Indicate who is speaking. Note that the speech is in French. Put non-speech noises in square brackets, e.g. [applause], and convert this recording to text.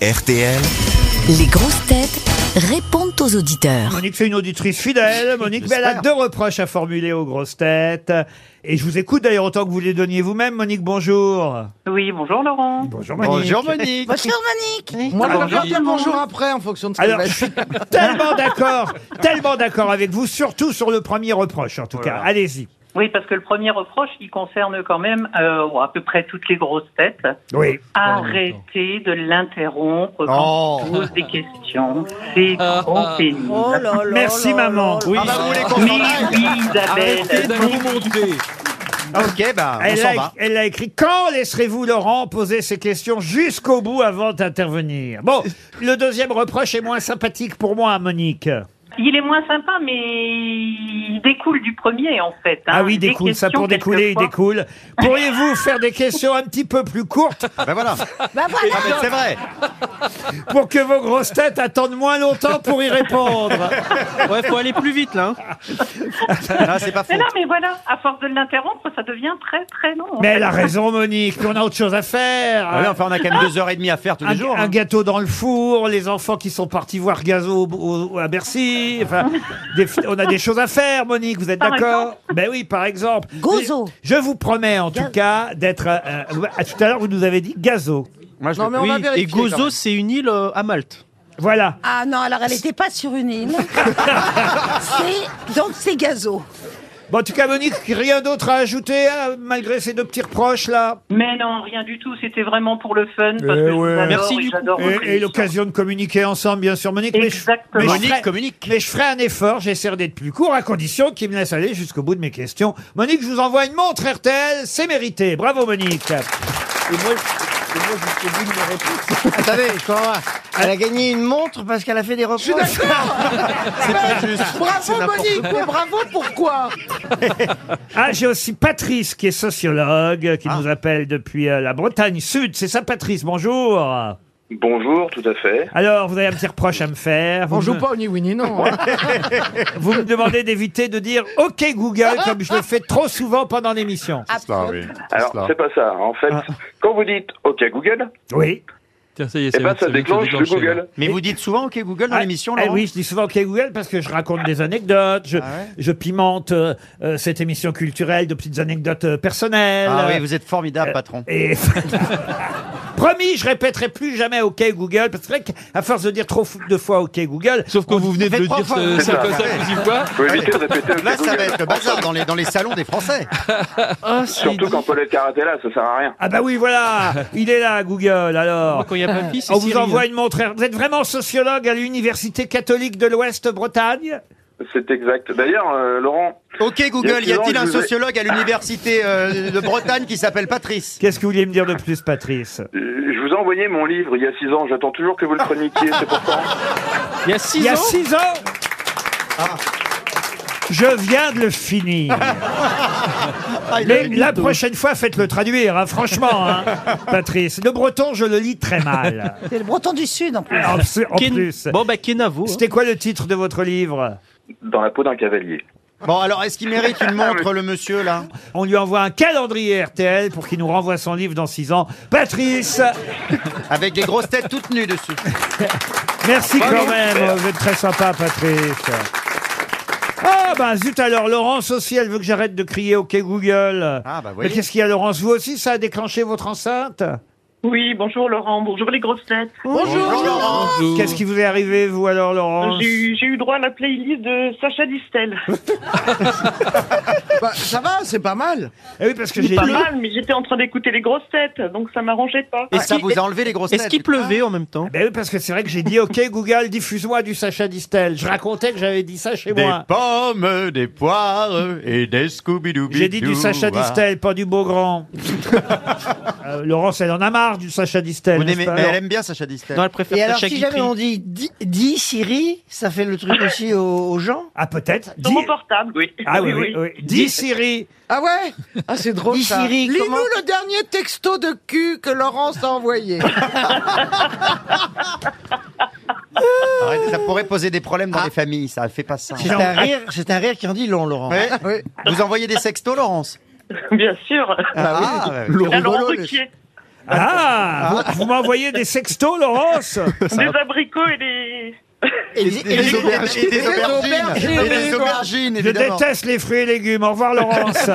Speaker 1: RTL.
Speaker 2: Les grosses têtes répondent aux auditeurs.
Speaker 3: Monique, c'est une auditrice
Speaker 4: [laughs]
Speaker 3: fidèle. Monique, mais elle a deux reproches à formuler aux grosses têtes. Et je vous écoute d'ailleurs autant que vous les donniez vous-même. Monique, bonjour.
Speaker 5: Oui, bonjour Laurent.
Speaker 3: Bonjour, Monique.
Speaker 4: Monique.
Speaker 2: Bonjour Monique
Speaker 4: Moi,
Speaker 5: Bonjour,
Speaker 4: je vais
Speaker 5: Monique.
Speaker 4: dire bonjour
Speaker 6: hein.
Speaker 4: après en fonction de ce
Speaker 3: Alors,
Speaker 4: qu'elle
Speaker 3: je
Speaker 4: va [laughs]
Speaker 3: suis tellement d'accord, tellement d'accord avec vous, surtout sur le premier reproche, en tout cas. Allez-y.
Speaker 5: Oui, parce que le premier reproche, il concerne quand même euh, à peu près toutes les grosses têtes.
Speaker 3: Oui.
Speaker 5: Arrêtez de l'interrompre quand
Speaker 4: Oh.
Speaker 5: il pose des questions. C'est
Speaker 7: Euh,
Speaker 5: trop pénible.
Speaker 7: oh
Speaker 4: Oh
Speaker 3: Merci, maman. Oui.
Speaker 4: Ah bah, vous voulez qu'on
Speaker 5: Mais
Speaker 4: s'en
Speaker 5: oui, Isabelle.
Speaker 4: aille Ok, bah, on
Speaker 3: Elle
Speaker 4: s'en
Speaker 3: a,
Speaker 4: va.
Speaker 3: elle a écrit Quand laisserez-vous Laurent poser ses questions jusqu'au bout avant d'intervenir Bon, le deuxième reproche est moins sympathique pour moi, Monique.
Speaker 5: Il est moins sympa, mais il découle du premier, en fait. hein.
Speaker 3: Ah oui,
Speaker 5: Des
Speaker 3: découle, ça
Speaker 5: questions,
Speaker 3: pour découler, il
Speaker 5: quelquefois.
Speaker 4: [laughs]
Speaker 3: découle. Pourriez-vous faire des questions un petit peu plus courtes
Speaker 4: Bah voilà.
Speaker 2: Bah
Speaker 4: Ah, mais c'est vrai.
Speaker 3: pour que vos grosses têtes attendent moins longtemps pour
Speaker 4: [laughs]
Speaker 3: y répondre
Speaker 7: Ouais, faut aller plus vite là.
Speaker 4: Non, c'est pas faux.
Speaker 5: Mais non, mais voilà, à force de l'interrompre, ça devient très, très long. en
Speaker 3: Mais
Speaker 5: fait.
Speaker 3: elle a raison, Monique, on a autre chose à faire.
Speaker 4: Ah ouais, enfin, on a quand même deux heures et demie à faire tous
Speaker 3: un,
Speaker 4: les jours.
Speaker 3: un
Speaker 4: hein.
Speaker 3: gâteau dans le four, les enfants qui sont partis voir Gazo au- au- à Bercy. Enfin, des- on a des choses à faire, Monique, vous êtes
Speaker 5: Par
Speaker 3: d'accord Ben oui, par exemple.
Speaker 2: Gozo.
Speaker 3: Je vous promets, en
Speaker 2: Gaz-
Speaker 3: tout cas, d'être. euh, euh, à tout à l'heure, vous nous avez dit Gazo.
Speaker 4: Moi, je
Speaker 7: Non,
Speaker 4: le-
Speaker 7: mais
Speaker 4: oui,
Speaker 7: et Gozo, c'est une île euh, à Malte.
Speaker 3: Voilà.
Speaker 2: Ah non, alors elle n'était pas sur une île. C'est- donc c'est gazo.
Speaker 3: Bon, en tout cas, Monique, rien d'autre à ajouter, hein, malgré ces deux petits reproches, là.
Speaker 5: Mais non, rien du tout. C'était vraiment pour le fun. Parce
Speaker 3: Eh
Speaker 5: que je vous
Speaker 3: ouais.
Speaker 5: adore
Speaker 7: Merci
Speaker 5: et
Speaker 7: du coup.
Speaker 5: j'adore
Speaker 3: Et-
Speaker 5: votre
Speaker 3: Et,
Speaker 5: émission.
Speaker 3: l'occasion de communiquer ensemble, bien sûr, Monique. mais je-
Speaker 5: Exactement.
Speaker 3: mais je
Speaker 4: Monique
Speaker 3: ferai-
Speaker 4: communique.
Speaker 3: Mais je ferai un effort, j'essaierai d'être plus court, à condition qu'il me laisse aller jusqu'au bout de mes questions. Monique, je vous envoie une montre RTL, c'est mérité. Bravo, Monique.
Speaker 7: Attendez, je comprends pas. Elle a gagné une montre parce qu'elle a fait des reproches.
Speaker 4: C'est Bravo, n'importe Monique. Bravo, pourquoi
Speaker 3: Ah, j'ai aussi Patrice, qui est sociologue, euh, qui
Speaker 4: Ah.
Speaker 3: nous appelle depuis euh, la Bretagne Sud. C'est ça, Patrice, bonjour.
Speaker 8: Bonjour, tout à fait.
Speaker 3: Alors, vous avez un petit reproche à me faire. Vous,
Speaker 4: On joue
Speaker 3: me,
Speaker 4: pas au ni oui ni non. hein.
Speaker 3: [laughs] vous me demandez d'éviter de dire « Ok, Google », comme je le fais trop souvent pendant l'émission.
Speaker 8: Alors, c'est pas ça. En fait,
Speaker 4: Ah.
Speaker 8: quand vous dites OK Google,
Speaker 3: Oui.
Speaker 8: eh ben, ça déclenche le Google.
Speaker 4: Mais vous dites souvent, ok, Google, dans
Speaker 3: Ah,
Speaker 4: l'émission,
Speaker 3: eh
Speaker 4: Laurent Ah
Speaker 3: Oui, je dis souvent OK Google parce que je raconte des anecdotes, je, je pimente euh, euh, cette émission culturelle de petites anecdotes euh, personnelles.
Speaker 4: Ah oui, vous êtes formidable, patron.
Speaker 3: Et... [laughs] Promis, je répéterai plus jamais OK Google parce que c'est vrai qu'à force de dire trop fou- de fois OK Google,
Speaker 9: Sauf que vous venez de
Speaker 4: Faites hein.
Speaker 9: le
Speaker 4: trois
Speaker 9: dire
Speaker 4: fois,
Speaker 9: ça, ça,
Speaker 4: vous
Speaker 8: faites
Speaker 9: ça,
Speaker 8: trois
Speaker 9: ça vous y voit.
Speaker 8: Faut éviter de répéter OK
Speaker 4: Ah Là, ça va
Speaker 8: Google.
Speaker 4: être le bazar dans les, dans les salons des Français.
Speaker 7: Ah, c'est
Speaker 8: Surtout
Speaker 7: dit.
Speaker 8: quand Paulette Carrette est là, ça sert à rien.
Speaker 3: ah bah oui voilà, il est là Google alors.
Speaker 7: Quand il y a pas de fils, c'est
Speaker 3: On vous
Speaker 7: Cyril.
Speaker 3: envoie une montre. Vous êtes vraiment sociologue à l'université catholique de l'Ouest Bretagne
Speaker 8: C'est exact. D'ailleurs, euh, Laurent,
Speaker 4: Ok, Google,
Speaker 8: Il y
Speaker 4: y
Speaker 8: a
Speaker 4: a-t-il
Speaker 8: toujours
Speaker 4: un
Speaker 8: une-
Speaker 4: sociologue à l'université euh, de Bretagne qui s'appelle Patrice
Speaker 3: Qu'est-ce que vous vouliez me dire de plus, Patrice
Speaker 8: euh, je vous ai envoyé mon livre il y a six ans. J'attends toujours que vous le chroniquiez. C'est pourtant.
Speaker 4: [laughs]
Speaker 7: Il y a 6
Speaker 3: Il y a
Speaker 7: ans.
Speaker 3: six ans Je viens de le finir.
Speaker 7: Ah,
Speaker 3: Mais la prochaine fois, faites-le traduire, hein, franchement, [laughs] hein, Patrice. Le breton, je le lis très mal.
Speaker 2: C'est le breton du sud en plus.
Speaker 3: En, plus- en
Speaker 7: Ken-
Speaker 3: plus.
Speaker 7: Bon, bah, Kenavo. hein.
Speaker 3: C'était quoi le titre de votre livre
Speaker 8: Dans la peau d'un cavalier.
Speaker 4: Bon, alors, est-ce qu'il mérite une montre, le monsieur, là
Speaker 3: On lui envoie un calendrier RTL pour qu'il nous renvoie son livre dans six ans. Patrice,
Speaker 4: Avec des grosses têtes toutes nues dessus.
Speaker 3: merci quand même. Vous êtes très sympa, Patrice. Ah bah zut alors, Laurence aussi, elle veut que j'arrête de crier OK Google.
Speaker 4: Ah, bah,
Speaker 3: Mais
Speaker 4: voyez.
Speaker 3: qu'est-ce qu'il y a, Laurence Vous aussi, ça a déclenché votre enceinte
Speaker 5: Oui, bonjour Laurent, bonjour les grosses têtes.
Speaker 4: Bonjour, Laurent.
Speaker 7: Bonjour.
Speaker 3: Qu'est-ce qui vous est arrivé, vous, alors, Laurence
Speaker 5: J'ai eu, j'ai eu droit à la playlist de Sacha Distel.
Speaker 4: Bah,
Speaker 7: ça va, c'est pas mal.
Speaker 3: Eh oui, parce que j'ai
Speaker 5: C'est pas
Speaker 3: dit...
Speaker 5: mal, mais j'étais en train d'écouter les grosses têtes, donc ça m'arrangeait pas.
Speaker 4: Et
Speaker 7: Est-ce
Speaker 4: ça
Speaker 7: qu'il-
Speaker 4: vous a enlevé les grosses têtes
Speaker 7: Est-ce qu'il pleuvait en même temps
Speaker 3: Ben oui, parce que c'est vrai que j'ai dit, OK, Google, diffuse-moi du Sacha Distel. Je racontais que j'avais dit ça chez moi.
Speaker 4: pommes, des poires et des scooby doo
Speaker 3: J'ai dit du Sacha Distel, pas du
Speaker 4: [laughs]
Speaker 3: Beaugrand. Euh, Laurence, elle en a marre du Sacha Distel.
Speaker 4: Vous
Speaker 3: n'est-ce
Speaker 4: n'aimez-
Speaker 3: pas,
Speaker 4: mais elle
Speaker 3: Laurent
Speaker 4: aime bien Sacha Distel.
Speaker 7: Non, elle préfère
Speaker 6: Et alors,
Speaker 7: Sacha
Speaker 6: si jamais
Speaker 7: Guitry.
Speaker 6: on dit di, dis, Siri, ça fait le truc aussi aux, aux gens
Speaker 3: Ah, peut-être.
Speaker 5: Sur
Speaker 3: Dis-
Speaker 5: mon portable, oui.
Speaker 3: Ah oui, oui, oui. Dis Siri.
Speaker 6: Ah ouais
Speaker 7: Ah, c'est drôle
Speaker 6: Dis Siri,
Speaker 4: Lis-nous
Speaker 6: comment
Speaker 4: le
Speaker 6: dernier texto de cul que Laurence a envoyé.
Speaker 4: Arrêtez, ça pourrait poser des problèmes
Speaker 7: Ah.
Speaker 4: dans les familles, ça, fait
Speaker 7: [laughs]
Speaker 4: pas ça.
Speaker 6: C'est un rire, c'est un rire qui en dit long, Laurent. [laughs]
Speaker 4: Ouais. Vous envoyez des sextos, Laurence
Speaker 5: Bien sûr.
Speaker 4: Ah, ouais.
Speaker 3: [laughs]
Speaker 5: La Laurent Ruquier.
Speaker 3: Ah, vous, vous m'envoyez des sextos, Laurence
Speaker 5: Des abricots et des...
Speaker 6: Et des- et des aubergines. Et des aubergines,
Speaker 3: Je
Speaker 6: évidemment.
Speaker 3: déteste les fruits et légumes. Au revoir, Laurence.